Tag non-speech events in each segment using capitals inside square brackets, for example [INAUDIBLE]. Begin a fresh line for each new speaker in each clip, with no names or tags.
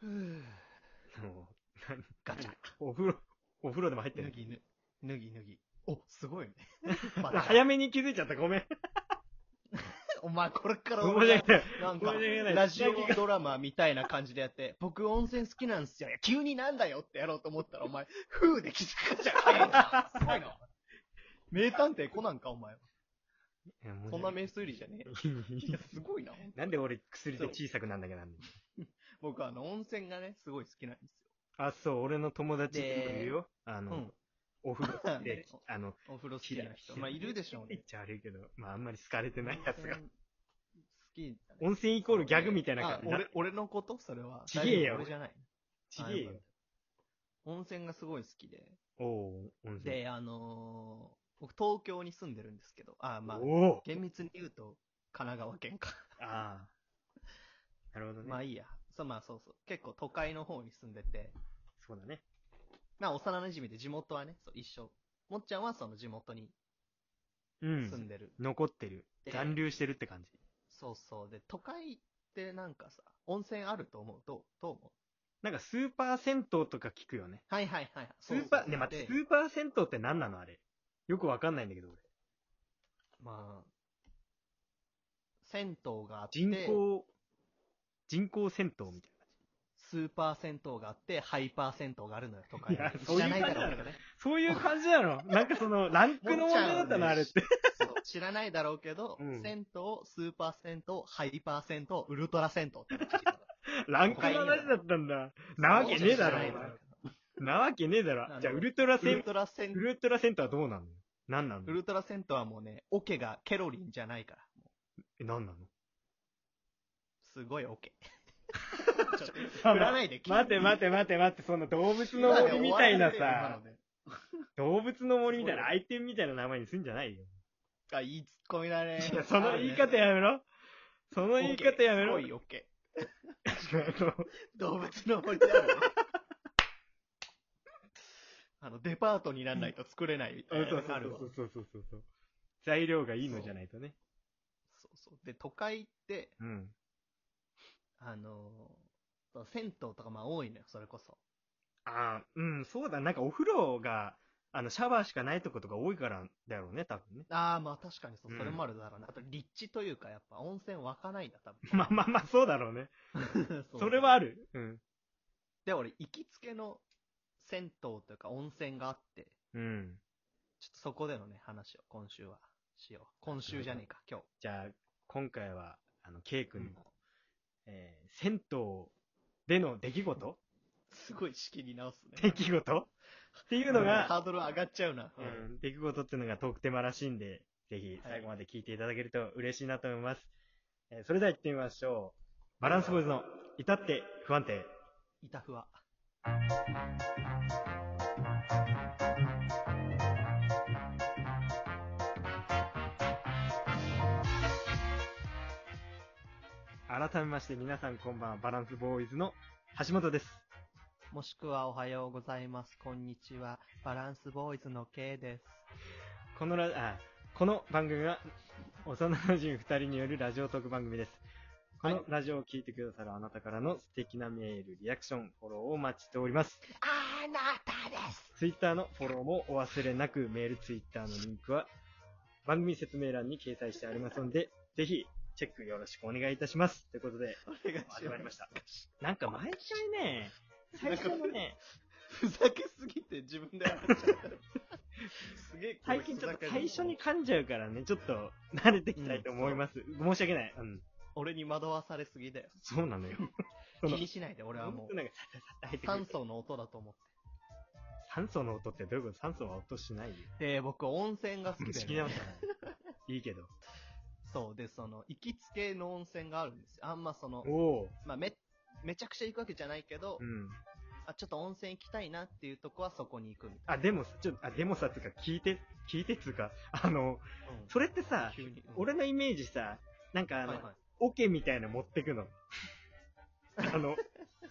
ふぅ。
もう、なん
ガチャ。
お風呂、お風呂でも入ってな
脱
い。
ぎぬ、脱ぎ脱ぎ。お、すごい [LAUGHS] ね。まだ
早めに気づいちゃった。ごめん。
お前これから
申し
俺が
訳ない。
なん
申し
か、
訳ない。
ラジオドラマみたいな感じでやって、僕温泉好きなんすよ。いや [LAUGHS] 急になんだよってやろうと思ったら、お前、ふーで気づくじゃねえな。すごいな。名探偵コナンか、お前は。
いやもう
そんな名推理じゃねえ。いや、すごいな。
なんで俺薬で小さくなんだけなんだよ
[LAUGHS] 僕、あの、温泉がね、すごい好きなんです
あ、そう、俺の友達っていうよ。あ
よ。う
の
ん、。
お風呂
[LAUGHS]
で
そう、
あの、
お風呂好きな人。
キラキラ
まあ、いるでしょう
言っ
ね。
ちゃ悪いけど、まああんまり好かれてないやつが
温。泉好きだね。
温泉イコールギャグみたいな感
あ
じ。
俺、俺のことそれは。
ちげえよ
俺じゃない。
ちげえよ
あ。。よかった温泉がすごい好きで。
おおー温泉。
で、あのー僕、東京に住んでるんですけど、あーまあ、
おお
厳密に言うと、神奈川県か。
ああ。なるほどね。
まあいいや。そう、まあそうそう。結構都会の方に住んでて、
そうだね。
まあ幼馴染で地元はね、そう一緒。もっちゃんはその地元に
う
住ん
ん。
でる。
残ってる。
で
残留してるって感じ。
そうそう。で、都会ってなんかさ、温泉あると思うどうどう思
なんかスーパー銭湯とか聞くよね。
うはいはいはい。
スーパー、ね、
ま
待って、スーパー銭湯って何なのあれ。よくわかんないんだけど、俺。
まあ、銭湯があって、
人工、人工銭湯みたいな。
スーパー銭湯があって、ハイパー銭湯があるのよ、都会に
いやそういう
知らないだ
感じな
ろ
の
うけどね。
そういう感じ
[LAUGHS]
なのなんかその、ランクの問題だったの、あれって。
そう知らないだろうけど、
うん
銭湯、スーパー銭湯、ハイパー銭湯、ウルトラ銭湯って話
ランクの話だったんだ。 [LAUGHS] なわけねえだろ、お前なわけねえだ
あ
ろ。
の
じゃあ、ウルトラ
ウル
銭
トラ銭
湯、ウルトラ銭湯はどうなの何なの
ウルトラ銭湯はもうね、オケがケロリンじゃないから。
え、何なの
すごいオケ。ちょっと振らないで、
[LAUGHS] 待て待
て、
て待て待て、そんな動物
今
の
ので
森みたいな
終わらせてよ、今の
さ
で
動物の森みたい
そう
な、
だ
アイテムみたいな名前にすんじゃないよ。
あ、いいツッコミだね。
いや、 [LAUGHS] その言い方やめろ。その言い方やめ
オケ
ろ。
すごいオケ。
あ [LAUGHS] の
動物の森であるね。 [LAUGHS] あの、デパートにならないと作れないみたいなのがあるわ。
そうそうそうそうそう。材料がいいのじゃないとね。
そうそう。で、都会って、
うん。
あのーそう銭湯とかまあ多いのよ、それこそ。
ああ、うん、そうだ。なんかお風呂が、あの、シャワーしかないとことが多いからだろうね、多分ね。 [LAUGHS]
ああ、まあ確かにそう、
うん
それもあるだろうな。あと、立地というか、やっぱ温泉湧かないんだ、多分。
まあまあまあ、そうだろうね。
う
[LAUGHS] それはある。うん。
で、俺、行きつけの銭湯というか温泉があって、
うん。
ちょっとそこでのね、話を今週はしよう。今週じゃねえか、今日。
じゃあ、今回は、あの、ケイ君の、
うん
えー銭湯での出来事、
すごい仕切り直すね。
[LAUGHS] 出来事っていうのが、
ハードル上がっちゃうな。
うん出来事っていうのがトークテーマらしいんで、ぜひ最後まで聞いていただけると嬉しいなと思います。えーそれでは行ってみましょう。バランスボーイズの、至って不安定。
いたふわ。
改めまして皆さんこんばんは、バランスボーイズの橋本です。
もしくはおはようございます。こんにちは。バランスボーイズの K です。
このラ、あ、この番組は、幼馴染二人によるラジオトーク番組です。こ
は
の
い
ラジオを聞いてくださるあなたからの素敵なメール、リアクション、フォローをお待ちしております。
あなたです。
ツイッターのフォローもお忘れなく、メール、ツイッターのリンクは番組説明欄に掲載してありますので、ぜひチェックよろしくお願いいたします。ということで、
お願いします。
始まりました。なんか毎回ね、
な
最
んか
初のね、
ふざけすぎて自分で笑っちゃった。すげえ、
最近ちょっと最初に。噛んじゃうからね、ちょっと慣れてきたいと思います。申し訳ない。うん。
俺に惑わされすぎだよ。
そうなのよ。
気
その
にしないで、俺はも
ほんと
う。
なんかさささ入ってく
酸
る。
素の音だと思っ
酸素の音ってどういうこと酸素は音しないよ。
て。で、僕、温泉が好き
好き
で、
な
ね。
いいけど。
そう。で、その、行きつけの温泉があるんですよ。あんまその、
おお。
まあ、め、めちゃくちゃ行くわけじゃないけど、
うん。
あ、ちょっと温泉行きたいなっていうとこはそこに行くみたい
あ、でもさ、ちょっと、あ、でもさ、つうか、聞いて、聞いてつうか、あの、
な。うん
それってさ、
急に。うん
俺のイメージさ、なんかあの、
はいはい
オケみたいなの持って
[LAUGHS]
くの。あの、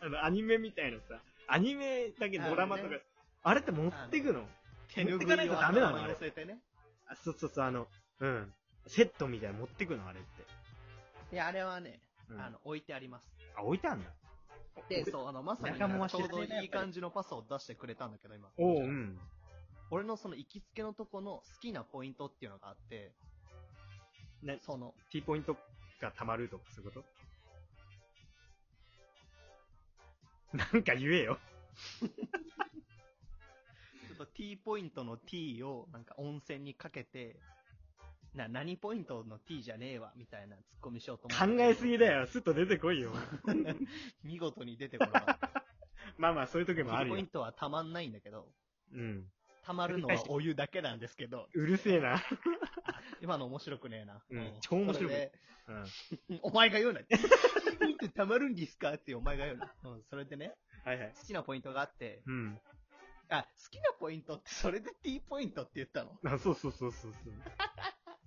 あの、アニメみたいなさ、アニメだけドラマとか、
あ
あ,、
のね
れって持ってくの
手
持
拭
って
い
かないと
を
ダメなの
頭に
あれ
乗せてね。
あそうそうそう、あの、うん。セットみたいなの持ってくのあれって。
いや、あれはね、
うん
あの、置いてあります。
あ、置いてあんだ。
で、そう、あの、まさに、ち
仲間は知ら
ょ
な
う
いな
どいい感じのパスを出してくれたんだけど、今。
おう、うん。
俺のその行きつけのとこの好きなポイントっていうのがあって、
ね、
その、
T ポイントが溜まるとか、そういうことなんか言えよ。
ちょっと T ポイントの T を、なんか温泉にかけて、な、何ポイントの T じゃねえわ、みたいなツッコミしようと思
考
って。
えすぎだ。よ。すっと出てこいよ。
見事に出てこなか
[LAUGHS]
った。
まあまあ、そういう時もあ
T
る
ポイ
よ
ン。トはたまんないんだけど、
うん。
たまるのはお湯だけなんですけど、
うるせえな。
今の面白くねえな。
うん超面白
それ
い
で
うん。
お前が言うな。ポイントたまるんですかってお前が言うな。うん、それでね、
はいはい。
好きなポイントがあって、
うん。
あ、好きなポイントってそれで T ポイントって言ったの
あそうそうそうそうそう。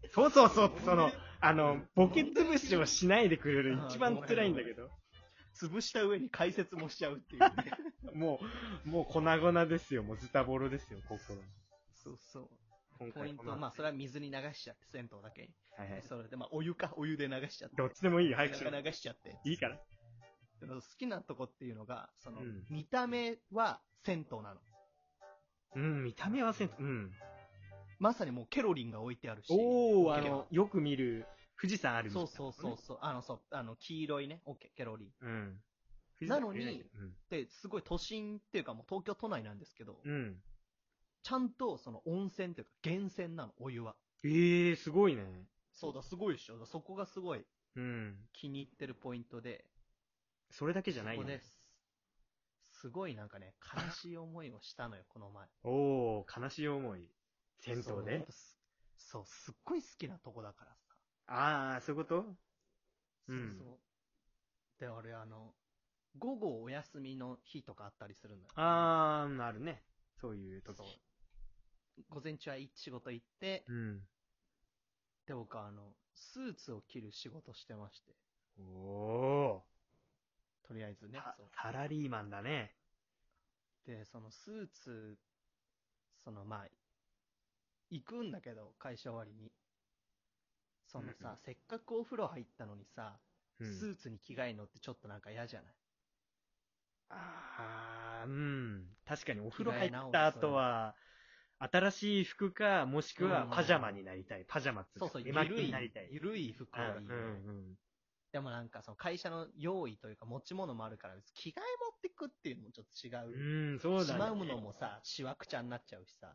そうそうそう、その、あの、ボケ潰しをしないでくれる一番辛いんだけど。
潰した上に解説もしちゃうっていう、ね。
もう、もう粉々ですよ。もうズタボロですよ、心。
[LAUGHS] そうそう。
今
ポイント、
この
まあそれは水に流しちゃって、銭湯だけに。
はいはい。
それで、まあお湯か、お湯で流しちゃって。
どっちでもいいよ、
お
早くしろ。
湯流しちゃって。
いいから。
でも好きなとこっていうのが、その
うん、
見た目は銭湯なの。
うん、見た目はせんと。うん。
まさにもうケロリンが置いてあるし。
おー、あ
ケロ
の、よく見る、富士山あるみたい
そうそ
な
うそうそう、あの、そう、あの、黄色いね、オッケー、ケロリン。
うん。
なのに
富士山見えいけど
で、すごい都心っていうかもう東京都内なんですけど、
うん。うん。
ちゃんとその温泉というか源泉なの、お湯は。
えー、すごいね。
そうだ、すごいっしょ。だからそこがすごい
うん。
気に入ってるポイントで、
それだけじゃない
そ
よ
こで
ね。
す。すごいなんかね、悲しい思いをしたのよ、この前。
おー、悲しい思い。銭湯
そう
で
そう、すっごい好きなとこだからさ。
あー、そういうことうん
そうそう。で、俺あの、午後お休みの日とかあったりするのよ。
あー、あるね。そういう時
そう。午前中は仕事行って、
うん。
で、僕はあの、スーツを着る仕事してまして。
お
とりあえず
ー。
ね。
さ
そう
サラリーマンだね。
で、そのスーツ、そのまあ、行くんだけど、会社終わりに。その
うんう
さ、せっかくお風呂入ったのにさ、
う
ス
ん。
ーツに着替えるのってちょっとなんか嫌じゃない
あー、うん。確かにお風呂入
着替え直
っ
す
た後は、新しい服か、もしくは
うん
パジャマになりたい。パジャマっつ
そうそう、ゆ
絵巻き
る
に
い
なりたい、。
ゆるい服がいいよね、
うんうん
でもなんかその会社の用意というか持ち物もあるから、着替え持ってくっていうのもちょっと違
う
う。
ん。うん、そうだ
し
ね。
まうものもさ、しわくちゃになっちゃうしさ。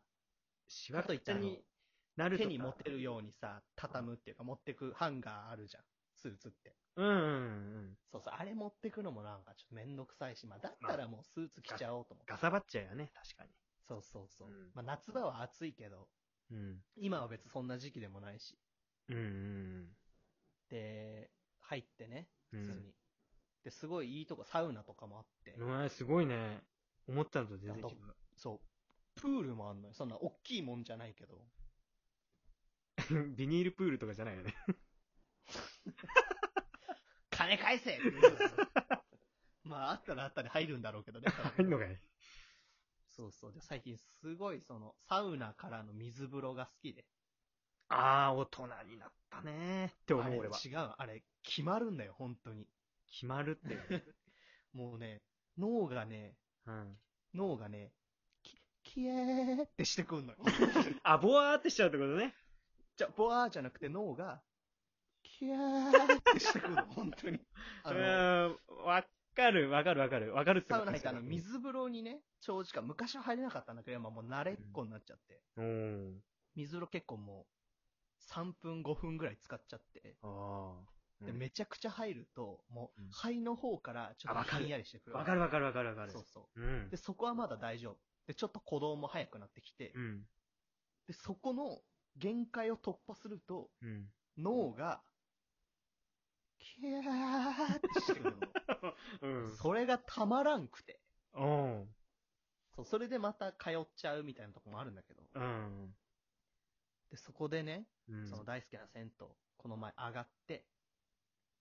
し
あ
わ
と
く
いっ
ち
た
ゃ
ら
になると
手
か
に持てるようにさ、畳むっていうか持ってくハンガーあるじゃん。スーツって。
うんうんうん。
そうそう、あれ持ってくのもなんかちょっとめんどくさいし、まあだったらもうスーツ着ちゃおうと思って。
ガサバっちゃうよね、確か
そうそうそう。
うん
まあ夏場は暑いけど、
に。うん。
今は別にそんな時期でもないし。
うんうん
で、入ってね、
う
普
ん。
通に。で、すごいいいとこ、サウナとかもあって。
うん。うわすごいね。思ったのと全然違う。
そう。プールもあんのよ。そんな大きいもんじゃないけ
[LAUGHS]
ど。
ビニールプールとかじゃないよね。
金返せって言うんですよまあ、あったらあったで入るんだろうけ
[LAUGHS]
どね。
入んのかい
そうそう。で、最近すごいその、サウナからの水風呂が好きで。
あー、大人になったねーって思
あれ違
う俺は。
う。あれ、決まるんだよ、本当に。
決まるっていう [LAUGHS] ね。
もうね、脳がね、
うん。
脳がね、き、きえーってしてく
[LAUGHS]
んのよ。
あ、ぼわーってしちゃうってことね。
じゃ、ボワーじゃなくて脳が、きえーってしてくんの、
[LAUGHS]
本当に。あ
う
の、
ーんわかる、わかる、わかる。わかるって
サ
こと
ウナ入ったら水風呂にね、長時間、昔は入れなかったんだけど、今もう慣れっこになっちゃって。
うん。
水風呂結構もう、3分5分ぐらい使っちゃって、
あ
で、
うん
めちゃくちゃ入ると、も
うん
う、肺の方からちょ
あわ
っと
かる
ひんやりしてく
ー。
る。
わかるわかるわかるわかる。
そうそうう。
ん
で、。そこはまだ大丈夫。で、ちょっと鼓動も早くなってきて、
うん。
で、そこの限界を突破すると、
うん。
脳が、キャーってしてくる
うん
の。。 [LAUGHS] それがたまらんくて。
うん。
そう、それでまた通っちゃうみたいなとこもあるんだけど。
うん。
で、そこでね、
うん
その大好きな銭湯、この前上がって、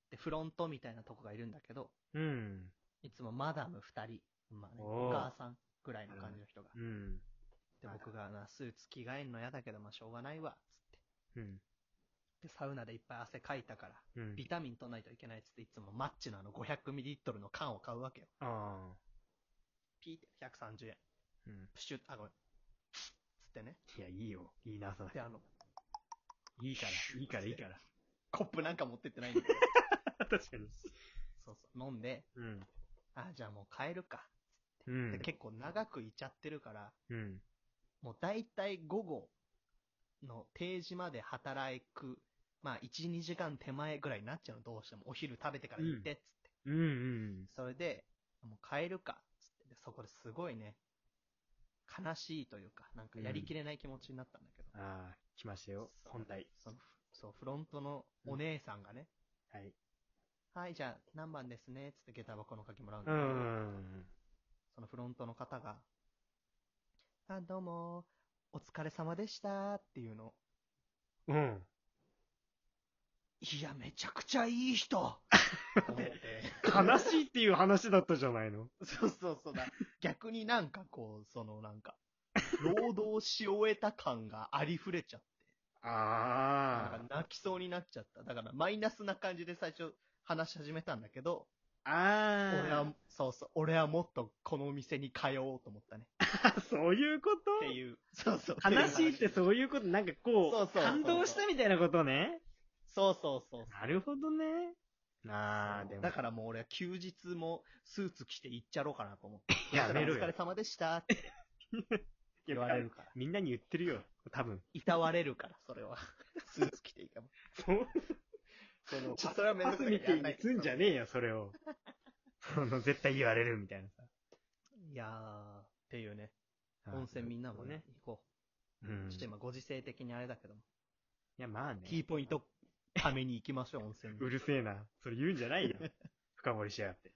で、フロントみたいなとこがいるんだけど、
うん。
いつもマダム二人、まあね、
おー
お母さんぐらいの感じの人が。
うん。
で、僕がな、スーツ着替えんの嫌だけど、まあしょうがないわ、つって。
うん。
で、サウナでいっぱい汗かいたから、
うん
ビタミン取らないといけないっつって、いつもマッチのあの 500ml の缶を買うわけよ。
あ
ピーって130円。
ーうん。
プシュッ、あ、ごめん。つってね。
いや、いいよ。いいな、それ
で、あの、
いいから、いいから、いいから。
コップなんか持ってってないんだ
[LAUGHS]
けど。
確かに。
そうそう。飲んで、
うん。
あ、じゃあもう帰るか。
う
で
ん。
結構長くいちゃってるから、
うん。
もう大体午後の定時まで働く、まあ1、2時間手前ぐらいになっちゃうの、どうしても。お昼食べてから行って、つって。
うん。うん。
それで、もう帰るか、つって。でそこですごいね、悲しいというか、なんかやりきれない気持ちになったんだけど。
ああ、来ましたよ。本体。
その、そう、フロントのお姉さんがね、
はい。
はい、じゃあ何番ですね、つって下駄箱の鍵もらうんだ
う
けど、
ん。
そのフロントの方が、あ、どうも、お疲れ様でしたっていうの。
うん。
いや、めちゃくちゃいい人思って
悲しいっていう話だったじゃないの
[LAUGHS] そうそうそうだ。逆になんかこう、そのなんか、労働し終えた感がありふれちゃって、な
あ
んか泣きそうになっちゃった。だからマイナスな感じで最初話し始めたんだけど、
あ。あ
俺は、そうそう、俺はもっとこのお店に通おうと思ったね。
あ。 [LAUGHS] そういうこ
って
と
いう。そうそう。
悲しいって
う。
そういうこと、なんかこ
そうそうそうそ
う、
う
感動したみたいなことね。
そうそうそう。
なるほどね。ああ、でも。
だからもう俺は休日もスーツ着て行っちゃろうかなと思って。
やめろよ
お疲れ様でした [LAUGHS] って言われるから。
みんなに言ってるよ、多分。
いたわれるから、それは。 [LAUGHS] スーツ着ていいかも。
[LAUGHS] そう。
その、それはめんど
パ
く
ス
さい
み
から
て
やん
い
な
に
いけど
すんじゃねえよ、そ
[LAUGHS]
れを。その、絶対言われるみたいなさ。
いやー、っていうね。温泉みんなもね、。行こ
う
う。
ん。
ちょっと
い
今ご時世的にあれだけども。
や、まあね。
キーポイント、ために行きましょう、温泉に。
[LAUGHS] うるせえな。それ言うんじゃないよ。深掘りしやがって。